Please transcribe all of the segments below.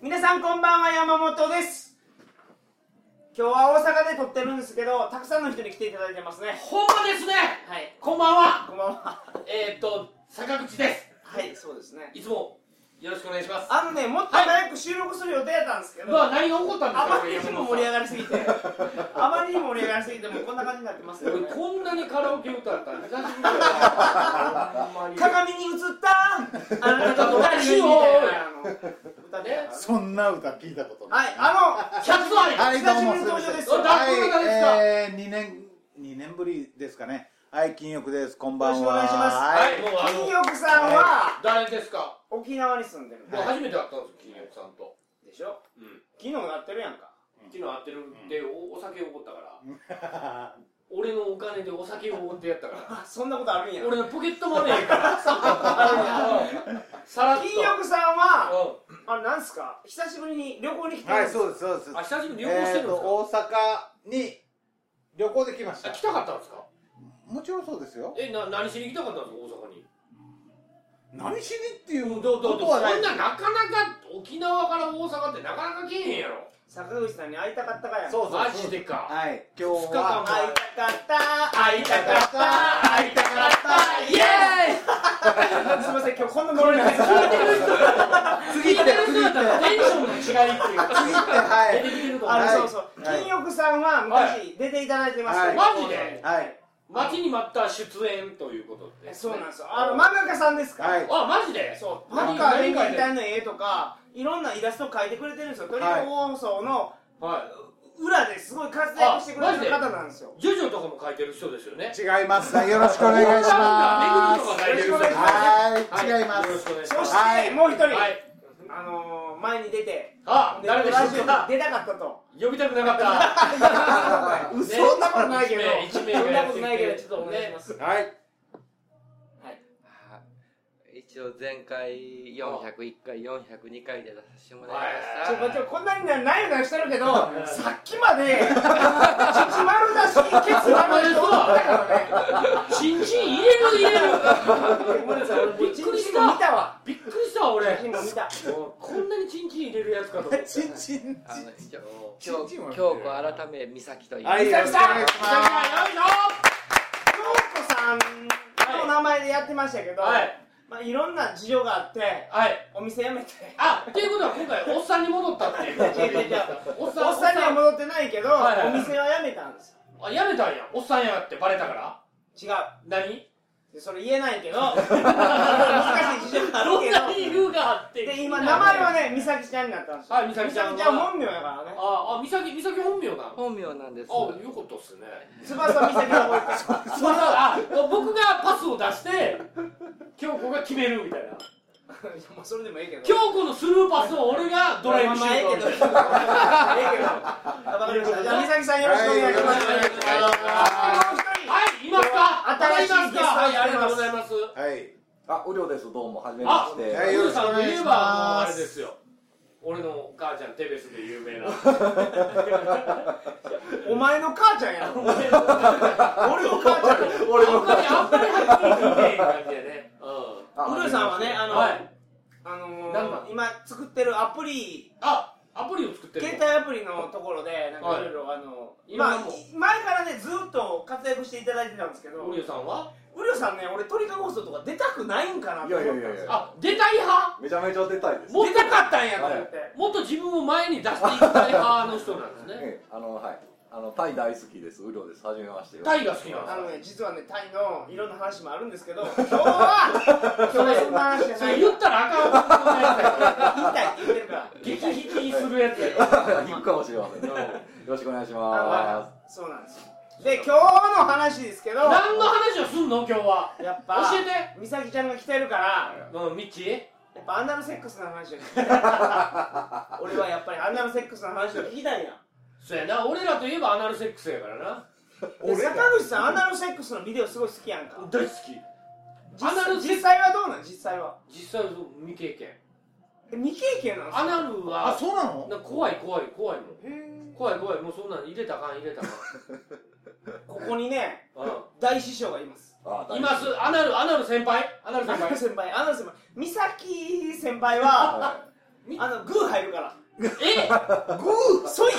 皆さんこんばんは山本です今日は大阪で撮ってるんですけどたくさんの人に来ていただいてますねほんまですねはいこんばんはこんばんはえー、っと坂口ですはいそうですねいつもよろしくお願いしますあのねもっと早く収録する予定やったんですけど、まあ何が起こったんですあかまりにも盛り上がりすぎてあまりにも盛り上がりすぎてもうこんな感じになってますよね俺こんなにカラオケ歌ったら久しぶりだよほんまに鏡に映ったあなたと私をみたいなあの歌でねそんな歌聞いたことな。はいいあキャッツアイはい、どうも。久しぶりの登場ですすいませんあ落語家ですかはい、えー、二年、二年ぶりですかね。はい、金欲です。こんばんよは。ろしくお願いしますはいもうの金あの玉さんは誰ですか沖縄に住んでるんもう初めて会ったんです金玉さんとでしょうん昨日なってるやんか昨日会ってるっておお酒をおごったからは俺のお金でお酒をおごってやった からあそんなことあるんや俺のポケットマネー からさらっと金玉さんはあなんすか久しぶりに旅行に来い。たんではい、すそうです、そうです。あ久しぶりに旅行してるんですえーと大阪に旅行で来ましかあた来。たかったんですかもちろんそうですよ。えな何しに来たかったんですか大阪に何しにっていうどうどうどことうそはんな。ないなかなか沖縄から大阪ってなかなか来えへんやろ坂口さんに会いたかったかやんそうそう。マジでかはい、今日二日間は。会いたかった会いたかった会いたかったイエあすいません今日こんなノリなんですーイ次っ行っててる人やったらテンションの違いっていうか次行って、は出てきてると思うあはいのそうそうはい金玉さんは昔出ていただいてますはいマジではい待ちに待った出演ということでえそうなんですよあの漫画家さんですかはいあマジでそう、パ何ッカーで何書いみてたるいな絵とか、いろんなイラスト描いてくれてるんですよ。トリはいコ放送のは裏ですごい活躍してくれてるあマ方なんですよ。いジョジョとかも書いてる人ですよねい。違います。よろしくお願いしあまめぐすりと。か書いよろしてる人くお願はい、違いますよろ。しくお願いしそましすて、はいもう一人、はいあのー、前に出て、あ誰でしょうラかジオに出たかったと。呼びたくなかった嘘そんなことないけど、一名一名そんがなやこってきてとないけど、ちょっとお願いします。 はい。一応前回401回402回で出させてもらいちょっとま今し日たこんなにななよなよしてるけど、さっきまで、父丸だし、ケツ丸だし、そうだからね。チンチン入れる入れるごめんなさい、俺、びっくりした一日も見たわ。びっくりした俺一日も見た。こんなにチンチン入れるやつかと思ってちんちんちん。あの一応ちん今ち日んは今日こう改め美咲と言いますはいみさきさん、みよろさきしくおさ願いしますん、よいしょ。京子さんの名前でやってましたけど、はいまあいろんな事情があって、はいお店辞めて、あっていうことは今回おっさんに戻ったっていうおっさんおっさんには戻ってないけど、はいはいお店は辞めたんですあやめたんやおっさんやってバレたからよ。違う。何でそれ言えないけど、難しい事情があるけど。理由があってで、今、名前はね、みさきちゃんになったんですよ。はい美咲ちゃんは美咲本名やからね。ああ美咲美咲本名なの本名なんですあよかったっすね翼みさきが覚えてる。そうあ僕がパスを出して京子が決めるみたいないやまあそれでもええけど。京子のスルーパスを俺がドライブししまあまあええよけうど。ええけど。あわかりましたじゃあ、みさきさんよろしくお願いします。はいよろしくお願いしまはいいますか新しいまだいますかゲストが来てますはいありがとうございますはい。あ、雨量です。どうも、はじめまあ、しウルて。はいよろしくおさんと願いいしえますばもうあれですよ俺のお母ちゃんテベスで有名なお前の母ちゃんやろ。俺の俺の母ちゃんやろ。俺あんまのりあんまりはっきり聞いてへん感じやねあウルさんはね、あうんの、はいあのなんなんー、今作ってるアプリ、あアプリを作ってる携帯アプリのところで、なんかいろいろ、あの、今まあも、前からね、ずっと活躍していただいてたんですけど、ウルさんはウルさんね、俺、鳥かご放送とか出たくないんかなと思ったんですよ。いやいやいやいやあ出たい派めちゃめちゃ出たいです。もっ出とたかったんやと思って。もっと自分を前に出していきたい派の人なんですねええ、あの、はい。あの、タイ大好きです。雨量です。はじめまして。タイが好きなのあのね、実はね、タイのいろんな話もあるんですけど、今日は、今日はそんな話じゃそなれいよ。言ったらあ言いかんたいって言ってるから。激引きにするやつや 行くかもしれません。よろしくお願いしまあそうなんですよ。で、今日の話ですけど、何の話をすんの今日はやっ教ぱ、えて美咲ちゃんが来てるから、うんミッチーやっぱアナルセックスの 話を聞きたい俺はやっぱりアナルセックスの話を聞きたいやんそうやな俺らといえばアナルセックスやからなで坂口さんアナルセックスのビデオすごい好きやんか大好きアナ実ルセッ実クス際はどうなん実際は実際はそう未経験え未経験なんですかアナルはあ、そうなの？なんか怖い怖い怖いもんへー怖い怖いもうそんなん入れたらあかん入れたらここにねあかん、大師匠がいますす。あ うん、いますアナルアナル先輩アナルア先ナル輩先輩アナル先輩美咲先輩ははあの、グー入るから。 えそいや、そいや、そいやって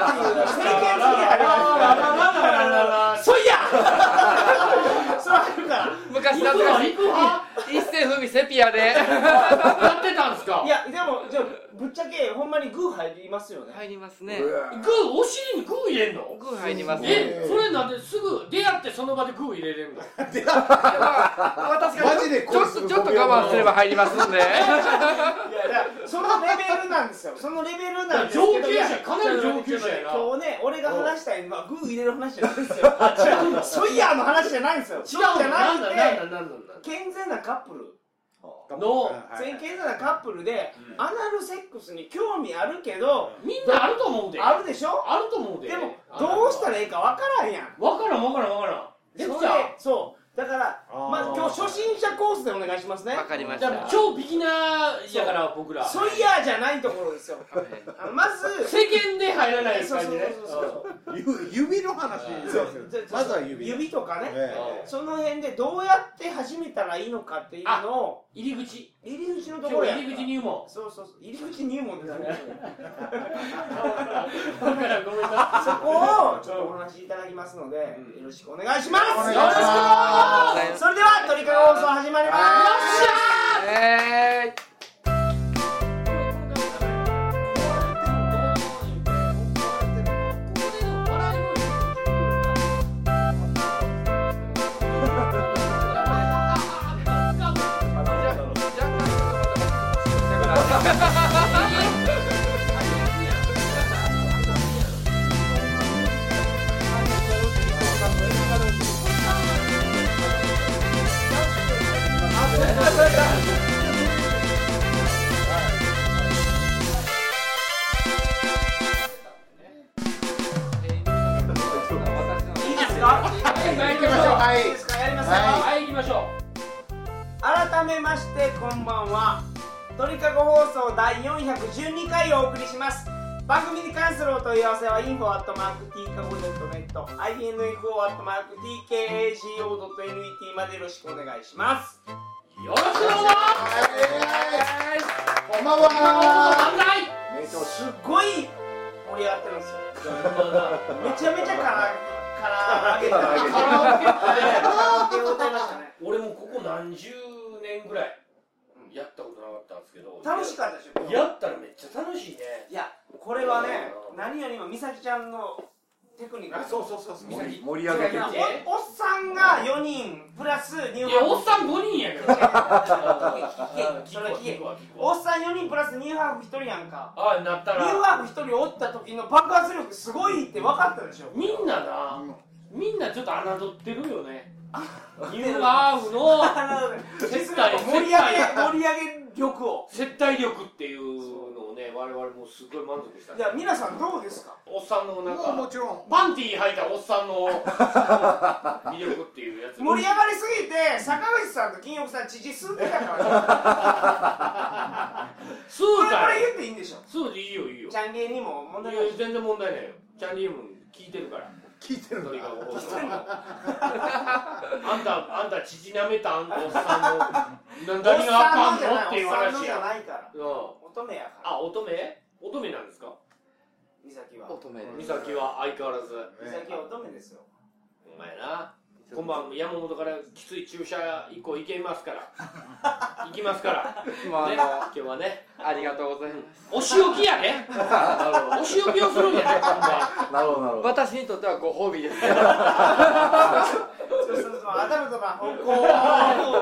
いう、政権好きやから。 そいや それ入るから。昔行く懐か派し行いく派一世風靡セピアでやってたんですかいや、でも、じゃあぶっちゃけ、ほんまにグー入りますよね。入りますねうわグーお尻にグー入れんのグー入りますねえそれなんですぐ出会ってその場でグー入れれるのいやまあ私がマジでちょっとちょっと我慢すれば入りますんでいや、だからそのレベルなんですよ。そのレベルなんですけど。上級者かなり上級者やな今日ね、俺が話したいのはグー入れる話じゃないんですよ。ソイヤーの話じゃないんですよ。違う違じうゃななんだなんくて、だなんだ健全なカップル、の全健全なカップルで、うんアナルセックスに興味あるけど、みんなあると思うであるでしょあると思うででも、どうしたらいいかわからんやん。わからんわからんわからんでそもれじでゃそう。だから、まあ今日初心者コースでお願いしますね。わかりまあしじたゃあ超ビギナーやから僕らソイヤーじゃないところですよ。はいあのまず、 世間で入らない感じねそうそうそうそうゆ指の話そうまずは指指とかね、ええその辺でどうやって始めたらいいのかっていうのをうん入り口入り口のとこ今ろ日や入り口入門そうそうそう入り口入門ですねだからごめんなそこをちょっとお話しいただきますので、うんよろしくお願いしますお願いしよろしくますそれでは鳥かご放送始まりますはえいいですかはいいいですかやりますよ、ははい行きましょ改めましてこんばんは鳥かご放送第412回をお送りします番組に関するお問い合わせは info.tkago.net info.tkago.net までよろしくお願いしますうよろしくどうぞこんばんは万歳名調子すっごい盛り上がってるんですよめちゃめちゃからから揚げてカラオ ケカラオケを歌いましたね俺もここ何十年ぐらいやったことなかったんですけど楽しかったでしょやったらめっちゃ楽しいねいやこれはね何よりも美咲ちゃんのテクニックそうそうそうそう盛り盛り上げていやるおおっさんが4人プラス入いやおハっさん5人やけどーフそれ聞けおっさん4人プラスニューハーフ1人やんかああなったニューハらーフ1人おった時の爆発力すごいって分かったでしょみんななみんなちょっと侮ってるよ ねニューハーフの実は盛り上げ盛り上げ力を接待力っていうのをね我々もすごい満足したいや皆さんどうですかおっさんのなんもうもかちろんパンティー履いたおっさんの 魅力っていうやつ盛り上がりすぎて坂口さんと金欲さん父吸ってたからこそうれこだれよ言っていいんでしょそうでいいよいいよジャンゲーにも問題いなやい全然問題ないよチャンリーム聞いてるから聞いてるんだ鳥かご放送 あんたあんた縮なめたあんたおっさんのな何があかんのっていうおっさんの話じゃやないからうん乙女やからあ乙女乙女なんですか美咲は乙女美咲は相変わらず美咲は乙女ですよお前な今晩山本からきつい注射一個いけますから 行きますから、ね、まああ今日はねのありがとうございますお仕置きや ねお仕置きをするんやね今晩なるほどなるほど私にとってはご褒美ですそうそうそう、アダルトな方向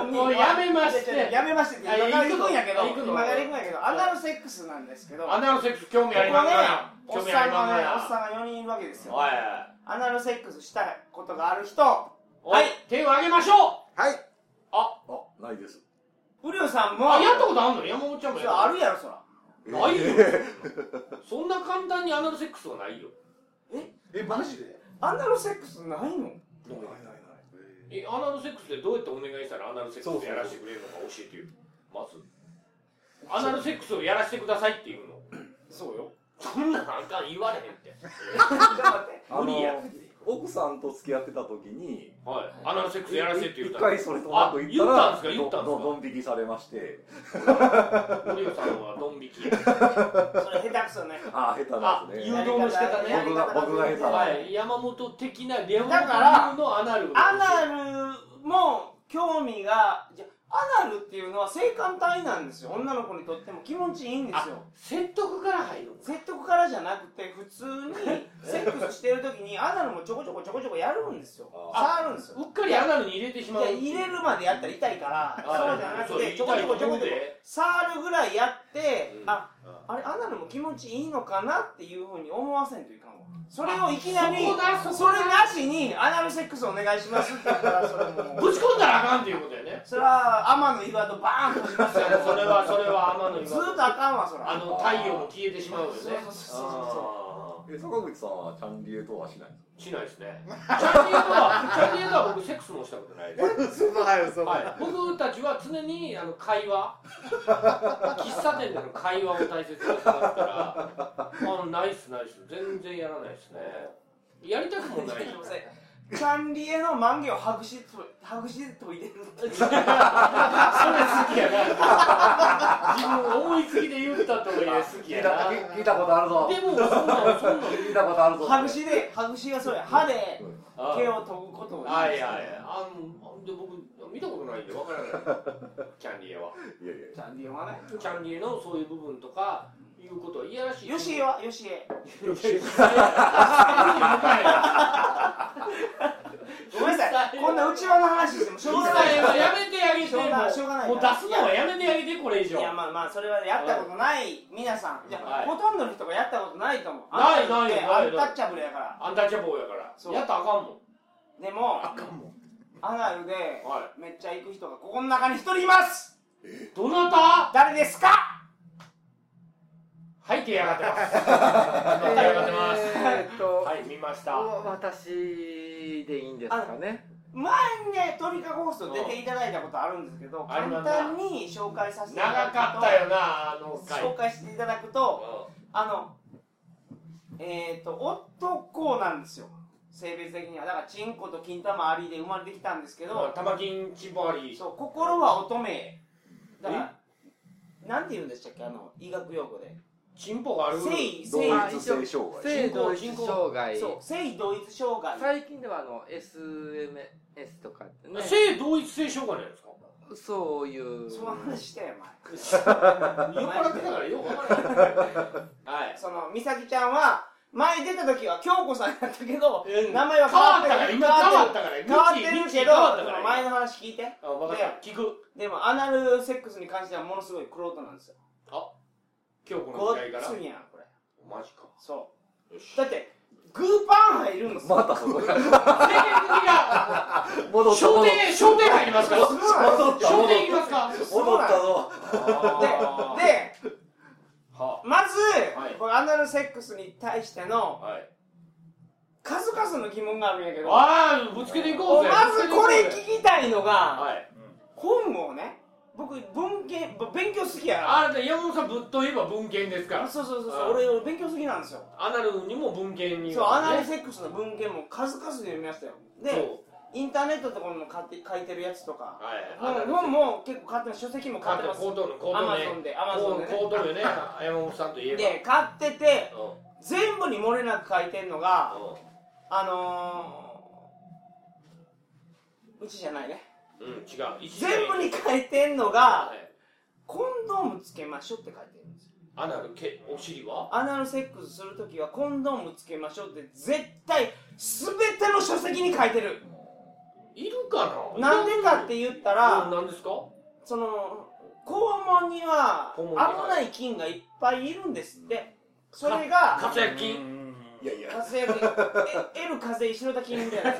に もうやめましてやめましてって、あ今から行くんやけど、行くの今から行くんやけど、アナルセックスなんですけど、アこナルセックス興こ味あねりますか、お興っ味あさんりまがね、おっすさかんが4人いるわけですよ。おいアナルセックスしたことがある人、はい手を挙げましょはいあないですウリオさんうも、あやったことあんの山本ちゃんもそやっれたあるやろ、そら。ない よえそんな簡単にアナルセックスはないよえマジでアナルセックスないのえアナルセックスでどうやってお願いしたらアナルセッそクうそスうやらせてくれるのか教えてよまずアナルセックスをやらせてくださいって言うのそうよ。そんなんあかん言われへんってちょっと待ってあの無理や奥さんと付き合ってた時にはい。アナルセックスやらせって言一ったんで回それとなく言ったあ言っらたんすか言ったんすかどどん引きされましてす。森尾さんはドン引き。それ下手くそねあああ下手、なんです誘ね導の仕や方ね。り方僕がが僕が下手なはい。山本的なレモンだから流のアナル。アナルも興味がじゃアナルっていうのは性感帯なんですよ女の子にとっても気持ちいいんですよ説得から入る。説得からじゃなくて普通 にセックスしてる時にアナルもちょこちょこちょこちょこやるんですよあ触るんですようっかりアナルに入れてしいまう。や入れるまでやったら痛いからはそいうじゃなそうくてちょこちょこちょこちょこ痛いと思うで触るぐらいやってうんああれアナルも気持ちいいのかなっていうふうに思わせんといかんわそれをいきなりそこだそこだそれなしにアナルセックスお願いしますって言ったらそれもうぶち込んだらあかんっていうことやね。それは天の岩とバーンとしまそすれよはそれは天のず岩ーっとあかんわそれあの太陽も消えてしまうよね。そうそうそうそうえ坂口さんはチャンリエとはしないんであーすしないですね。チャンネルとは、チャンネルとは僕セックスもしたことないです。嘘だよ、嘘だはいよ。、僕たちは常にあの会話喫茶店での会話を大切にしてますからあのないっすないっす全然やらないですねやりたくもないすいませんキャンリエの万華を白紙と白紙で研いでるそれ好きやな自分思いつきで言ったとはいえ好き聞やいたな聞いたことあるぞでもそんなんそんなん聞いたことあるぞ白紙で白紙がそうや歯であ毛を研ぐことをはいはいはいあので僕見たことないんでわからないキャンディエはいやいやキャンリエはねキャンディエのそういう部分とかいうことはいやらしいよしえはよしえよしえはごめんなさいこんな内輪の話してもしょうがないやめてあげてしょうがないしょうがないもう出すのはやめてあげてこれ以い上やまあまあそれはやったことない皆さんいや、はいほとんどの人がやったことないと思うなあんいたってないないアないンタッチャブルやからアンタッチャボーやからそうやったらあかんもんでもかんもん。アナルではめっちゃ行く人がここの中に一人いますどなた誰ですかはい手やがって ます手やがってますえーっと、はい見ましたわ私でいいんですかね前にね鳥かご放送出ていただいたことあるんですけどあり簡ますな単に紹介させていただ長くとかったよなあの回紹介していただくとうあのえっ、ー、と男なんですよ性別的にはだからチンコと金玉ありで生まれてきたんですけんど玉金チボリそう心は乙女だからなんて言うんでしたっけあの医学用語でチンポがある性異同性一性障害性同一障害異そう性異同一障害最近ではあの SMS とかってね性同一性障害なんですかそういうその話したよ酔っ払ってたからよくわからないはい前その美咲ちゃんは前出た時は京子さんやったけどうん名前は変わったから変今変わわっってるたから変わってるミッチーけ変どわっそたかのら前の話聞いてあ分かった聞くでもアナルセックスに関してはものすごいクロートなんですよ今日こごのっ時代からついやんこれマジかそうよしだってグーパン入るんですよまたそこから制限組が戻った商戻っ店商店入りますからそうなんですよ商店行きますかた戻ったぞあーではまず、はいこれアナルセックスに対してのはい数々の疑問があるんやけどああぶつけていこうぜまずこれぶつけていこ聞きたいのが、うぜはい本をね僕文献ぼ勉強好きやあなた山本さんぶっといえば文献ですかかららそうそうそうあそう俺俺勉強好きなんですよアナルにも文献にそうアナルルセックスの文献も数々読みましたよでそうインターネットとかにも買って書いてるやつとかはいアナ本ル本も結構買ってます書籍も買買っまっててますす高等の高アマ等ゾンねでアマゾンでね高等 よね山本さんといえばで買っててうんうん全部に漏れなく書いてんのがあのー、うちじゃないねうん違う一時代全部に書いてんのはがいコンドームつけましょうって書いてるんですよアナルけお尻はアナルセックスするときはコンドームつけましょうって絶対全ての書籍に書いてるいるかななんでかって言ったうらんなんですかその肛門には肛門には危ない菌がいっぱいいるんですってそれが活躍金いやいや風邪え L 風邪白田菌みたいなやつ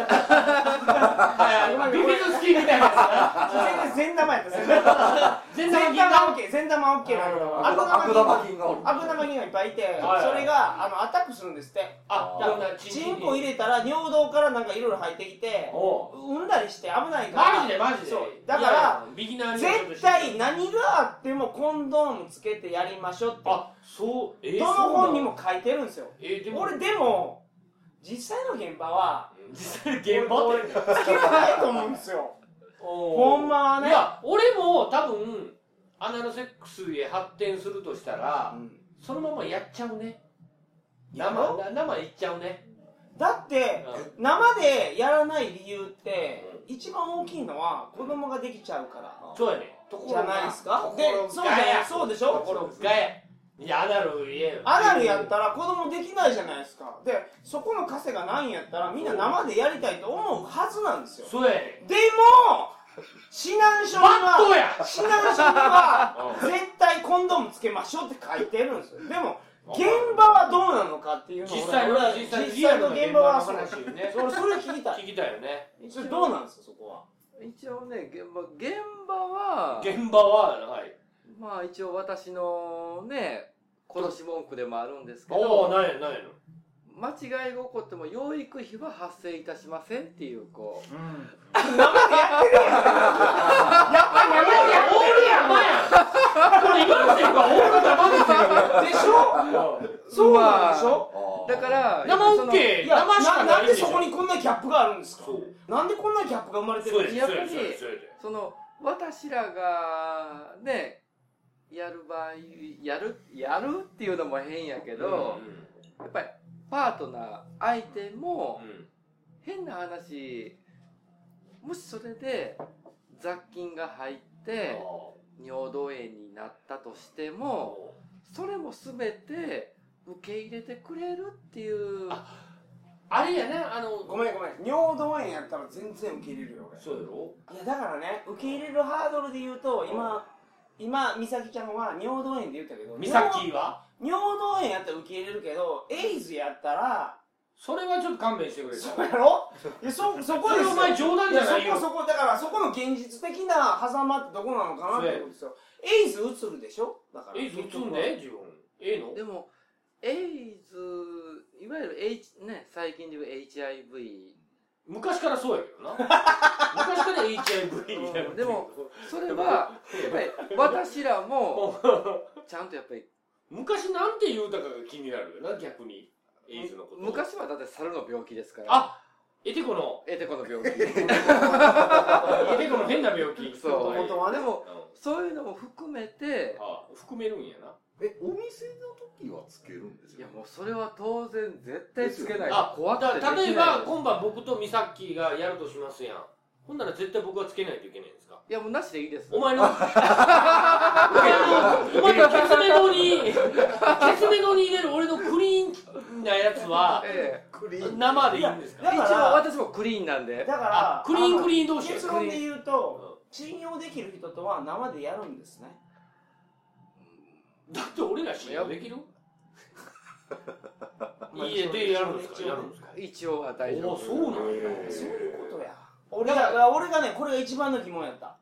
はいビビズ好きみたいなやつな全然善玉やった善玉 全然善銀玉河 OK 善玉 OK だけど悪悪玉玉菌がおる悪玉菌がいっぱいいてはいそれがあのアタックするんですってあいろんなチンコ入れれたら尿道からなんかいろいろ入ってきておう産んだりして危ないからマジでマジでそうだいかやいらやビギナーにはちょっと絶対何があってもコンドームつけてやりましょうってあそうえーどの本にも書いてるんですよえーでも俺でも実際の現場 は実際現場俺で俺隙間ないと思うんですよほほんまはねいや俺も多分アナロセックスへ発展するとしたら、そのままやっちゃうねや生ろな生いっちゃうね、だってう生でやらない理由って一番大きいのは子供ができちゃうからん、そうやねところじがゃないですかでところがそうじゃないそうでしとょころがやいやアナル言えよアナルやったら子供できないじゃないですかでそこの稼がないんやったらみんな生でやりたいと思うはずなんですよそうやねでも指南書にバットはや指南書にはう絶対コンドームつけましょうって書いてるんですよでも現場はどうなのかっていうのを実際の俺は実際の実際の現場はそうリアルな現場の話よねそれそれ聞きたい聞きたいよねそれどうなんですかそこは一応ね現場現場は現場ははいまあ一応私のね殺し文句でもあるんですけおおどなんやなんやの間違いが起こっても養育費は発生いたしませんっていうこ うやばいやオールやばいやんこれ今のセリフはオールだばでしょでそうなんでしょだから生オッそケーいや生しかななないんででしそょこにこんなギャップがあるんですかそうなんでこんなギャップが生まれてそうるですんそうですそうですそうですのその私らがねやる場合やるやるっていうのも変やけど、やっぱりパートナー相手も変な話もしそれで雑菌が入って尿道炎になったとしてもそれも全て受け入れてくれるっていうあれやねあのごめんごめん尿道炎やったら全然受け入れるよ俺そうやろいやだからね受け入れるハードルで言うと今今美咲ちゃんは尿道炎で言ったけど美尿咲は尿道炎やったら受け入れるけどエイズやったらそれはちょっと勘弁してくれそうやろいやそそここでれすお前よ冗談いじやゃないそよこそこだからそこの現実的な狭間ってどこなのかなってことですよエイズうつるでしょだからえずつんで自分ええのでもエイズいわゆる、H ね、最近でいう HIV 昔からそうやけどな昔から HIV みたいなうんでもそれはやっぱり私らもちゃんとやっぱり昔なんて言うたかが気になるよな逆にエイズのこと昔はだって猿の病気ですからあエテコのえてこの 病気エテコの変な病気そうはい元はねでもうんそういうのも含めてあ含めるんやなえお店の時はつけるんですいやよもうそれは当然絶対つけないとあ怖くてできだない例えばい今晩僕と美咲がやるとしますやんほんなら絶対僕はつけないといけないんですかやもうなしでいいですお前の お前のお前のケツメドにケツメドに入れる俺のクリーンなやつはえクリーン生でいいんですえかだ一か応ら私もクリーンなんだでかあらクリーあンのクリーン同士や結ね論で言うと信用できる人とは生でやるんですねだって俺ら信用 できるいえでやるんですかやるんですか一応は大丈お夫おそうなんやそういうことやだ俺からが俺がねこれが一番の疑問やった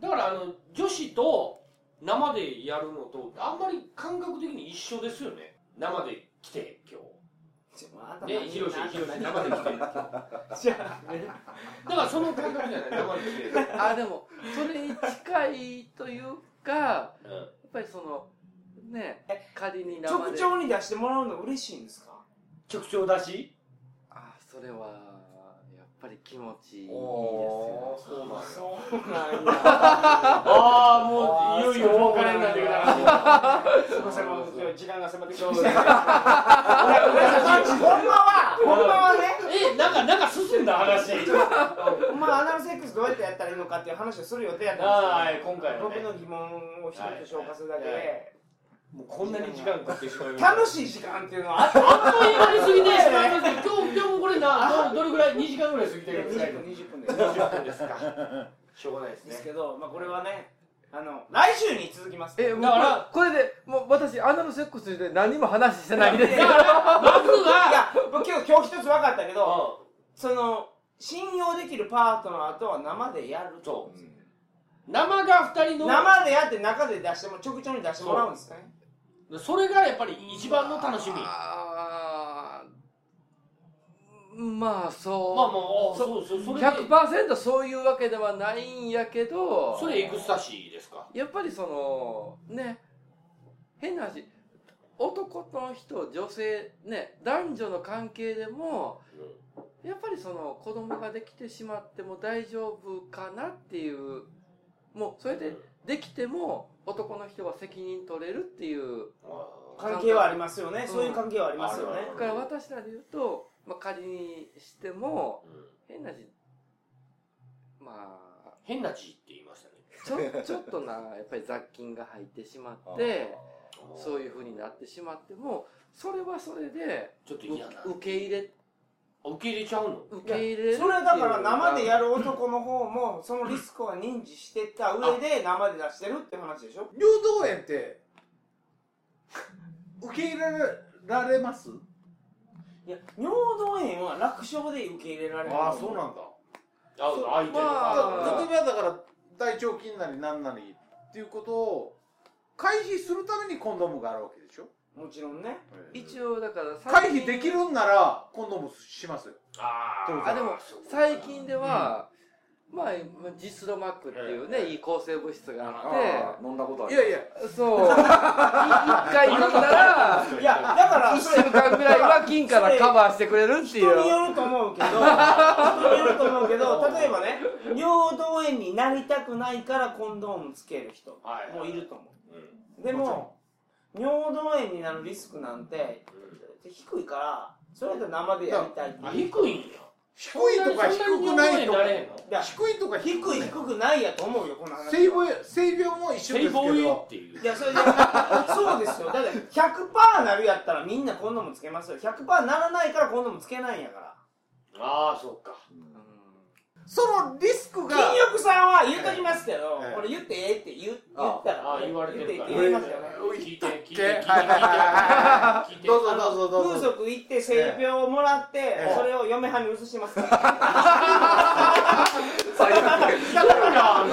だからあの女子と生でやるのとあんまり感覚的に一緒ですよね生で来て今ちょあんた日ね何ヒロシヒロシ生で来てだかじゃあらその感覚じゃない生で来てあでもそれに近いというかやうんっぱりそのねえ仮に生直で腸に出してもらうの嬉しいんですか曲調だしあそれはやっぱり気持ちいいですおよーそうなんやそうなんやあああーもういよいよお別れになってくだすいませんもう時間が迫ってきまそうしでたすほんまはほんまはねえなんかなんか進んだ話ほんまはアナルセックスどうやってやったらいいのかっていう話をする予定やったんですけどはい今回は僕ねの疑問を一つ消化するだけはいで、もうこんなに時間食ってしまいました楽しい時間っていうのはあったあっという間に過ぎてしまいましたけど今日でもこれなどどれぐらい2時間ぐらい過ぎてるんですか20分20分で20分ですかしょうがないですですねけど、まあ、これはねあの来週に続きますえもうだからこれこれでもう私アナのセックスについて何も話してないんですいけやどいまずはや僕今日今日一つ分かったけどうその信用できるパートナーとは生でやるんとそう生が2人の生でやって中で出してもちょくちょに出してもらうんですねそれがやっぱり一番の楽しみまああーまあそう、まああそうそうそれで100%そういうわけではないんやけどそれエクスタシーですかやっぱりそのね変な話男の人女性ね男女の関係でもうんやっぱりその子供ができてしまっても大丈夫かなっていうもうそれでできても男の人は責任取れるっていうあ関係はありますよね、そういう関係はありますよねあるあだから私らで言うと、まあ、仮にしてもーうん変な字まあ変な字って言いましたねちょちょっとなやっぱり雑菌が入ってしまってそういうふうになってしまってもそれはそれでちょっとう嫌だ受け入れ受け入れちゃうの受け入れるっていうそれはだから生でるやる男の方もそのリスクは認知してた上で生で出してるって話でしょ平等園って受け入れられますいや尿道炎は楽勝で受け入れられるなんだあそう相手のまあ例えばだから大腸菌なり何なりっていうことを回避するためにコンドームがあるわけでしょもちろん ね一応だから回避できるんならコンドームしますよあーあでもそうか最近では、まあジスロマックっていうね、ええいい抗生物質がああー飲んだことあいるやいやってそうい一回飲んだ らいやだから1それ週間ぐらいは菌からカバーしてくれるっていう人によると思うけど人によると思うけど例えばね尿道炎になりたくないからコンドームつける人はいもいると思うんうでもちも尿道炎になるリスクなんてう低いからそれだったら生でやりたいってんあいう低いんや低いとか低くなそんに日本にれへんいとかのいや低いとか低低い低くないやと思うよこの話性病性病も一緒ですけセイボーイどっていういやそれでそうですよだって100%なるやったらみんなコンドームつけますよ100%ならないからコンドームつけないんやからああそうかそのリスクが金欲さんは言うときますけど、ええこれ言ってええって言う言ったら、ああ言われてるから言って言いますよね聞いて聞いて聞いてはい聞いて聞いてどうぞどうぞどう風ぞ俗行って性病をもらって、ええそれを嫁はんに移しますから、聞いて最悪るなあんた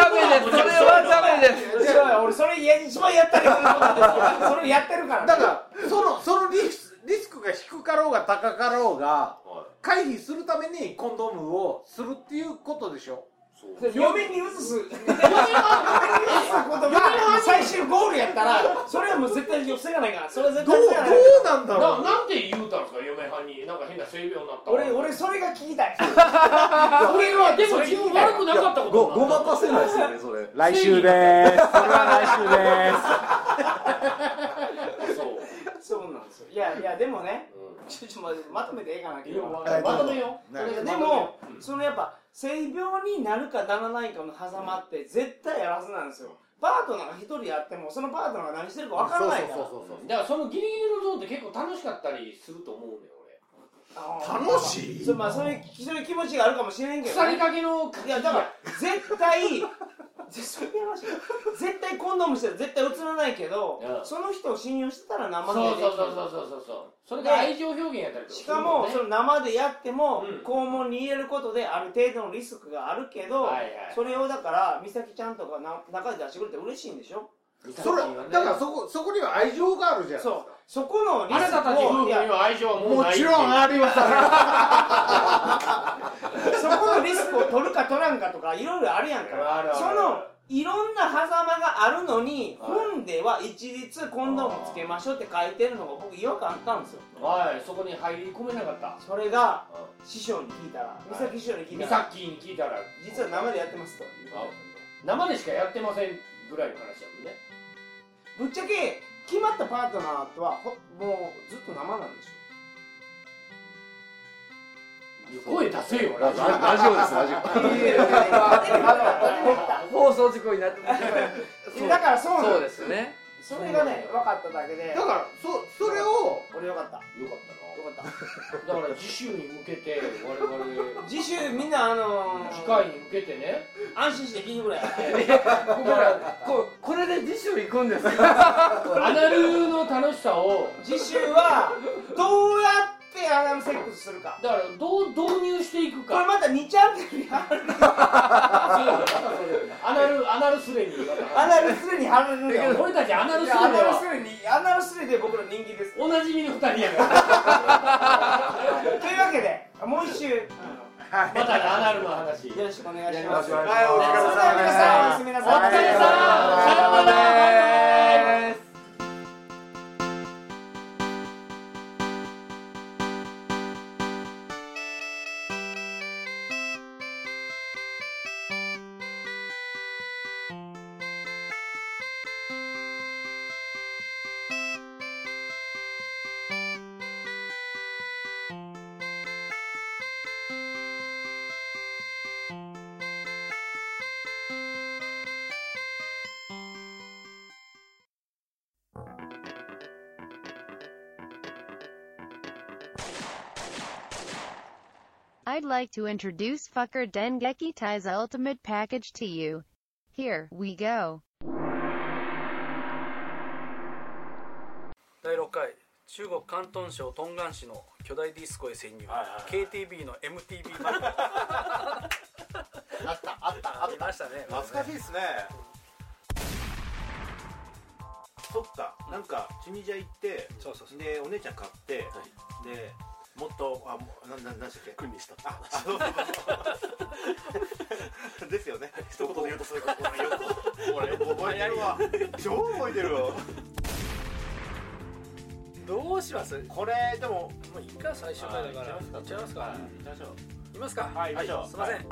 ダメですそれはダメですいや俺それ家に一番やったりすることですよそれをやってるから、だからそのそのリスリスクが低かろうが高かろうがはい回避するためにコンドームをするっていうことでしょそうそれ嫁に移す嫁はんに移すことが最終ゴールやったらそれはもう絶対防がないからそれはどう絶対防どがないうなんだろなうなんて言うたんですか嫁はんになんか変な性病になった俺俺それが聞きたい俺はでも自分悪くなかったこごとにごなまったかせないですよねそれ来週ですそれはそうそうなんですよいやいやでもねうんちょっと待ってまとめてええかな今日いやはままとめよ来週ですでも、そのやっぱ性病になるかならないかの狭間って絶対あるはずなんですよパートナーが一人やってもそのパートナーが何してるか分からないからそうそうそうそうだからそのギリギリのゾーンって結構楽しかったりすると思うねあの楽しいそうまあそういうそういう気持ちがあるかもしれんけど俺ね、腐りかけのいやだから絶対 そういう話絶対コンドームしてたら絶対映らないけど、うんその人を信用してたらそ生うでそうできそるうそうそうそうそうそれが愛情表現やったりとかしするかんもねその生でやってもうん肛門に入れることである程度のリスクがあるけど、はいはいそれをだから美咲ちゃんとかな中で出してくれて嬉しいんでしょそれだからそこそこには愛情があるじゃないですそうかそこのリあスなクたたち夫婦をいにやは愛情はもうもないちろんありますそこのリスクを取るか取らんかとかいろいろあるやんかあるあるそのいろんな狭間があるのに本では一律コンドームつけましょうって書いてるのが僕違和感あったんですよはいそこに入り込めなかったそれがうん師匠に聞いたらい美咲師匠に聞いミたらサッキーに聞いたら実は生でやってますと生でしかやってませんぐらいの話だもんねぶっちゃけ決まったパートナーとはほもうずっと生なんでしょ声出せよラジオラジオですラジ オ放送事故になってますいやだから そうなそんうでですねすそれがね分かっただけでだからそそれを俺よかったよよかっかったなだから次週に向けて我た々次週みんなあのー、次回に向け てね安心して聞いてくれここからここれで次週行くんですかアナルの楽しさを次週はどうやってアナルセックスするかだからどう導入していくこれ かまた2チャンネルに貼るアナルアナルスレにアナルスレに貼られるんだよ俺たちアナルいスレやアナルはスレに アナルスレで僕ら人気ですおなじみの二人やからというわけでもう一週あまたアナルの話のよろしくお願いしますよろしくお願いしますはいお疲れ様ですそれでは皆さんおやすみなさいお疲れ様さようならさようならです I'd like to introduce Fucker Dengeki Tai's Ultimate Package to you. Here we go. 第6回中国広東省東岸市の巨大ディスコへ潜入、KTB の MTB バンドあったあったあありましたね懐かしいですねそっかなんかチュニジャ行ってそうそうでお姉ちゃん買って、でもっとあもうなななんでしたっけ君にしたああそうそうそう ですよね一言で言うとそういうことなんよ俺覚えてるわ超覚えてるわどうしますこれでももういっか最終回だからはいいっちゃいますか、い、行きましょうきますかはい行きましょうすいません、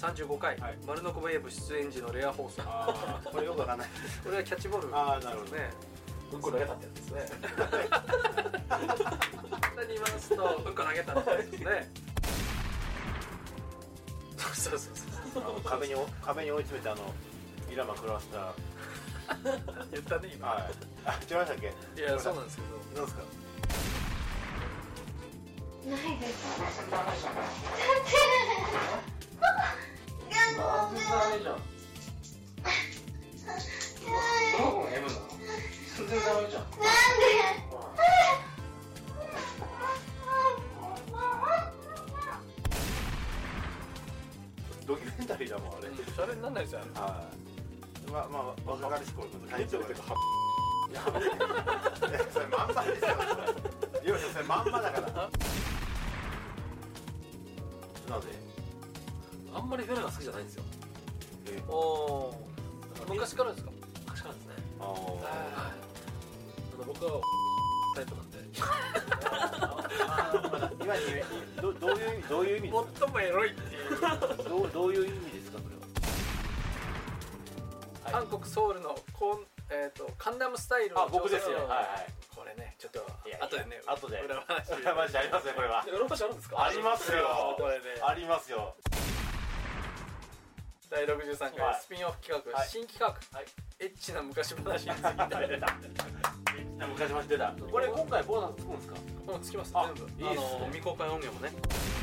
35回、はい丸のこウェーブ出演時のレア放送あーこれよくわかんないこれはキャッチボールあーなるほどねうんこ投げたってやつです ね。簡単に言いますとうんこ投げたんですねそうそうそうそうあの壁に壁に追い詰めてあのイラマ食らわせたはい言ったね今あ違いましたっけいやそうなんですけどなんですかないです。だって。ダメじゃんどこが M なの全然ダメじゃんなんで。ドキュメンタリーだもんあれシャレになんないですよあれはい。まあまあ若かりし頃の体調が。それまんまですよ。いやそれまんまだから。なぜ？あんまりフェラが好きじゃないんですよえおお昔からですか昔からですねああ。はいあの僕はタイプなんで今にどどういう意味どういう意味です最もエロいっていうか？どうどういう意味ですかこれは？韓国ソウルのこんえっ、とカンナムスタイルのあ僕ですよ。女は性いのはい。これねちょっといやいや後でね後で裏話これマジでありますねこれは。裏話あるんですかありますよこれねありますよ。第63は回いスピンオフ企画、はい新企画、エッチな昔話について出た出た。昔まで出た。これ今回ボーナスつくんですか？もうつきますあ全部いいっすねあの未公開音源もねあ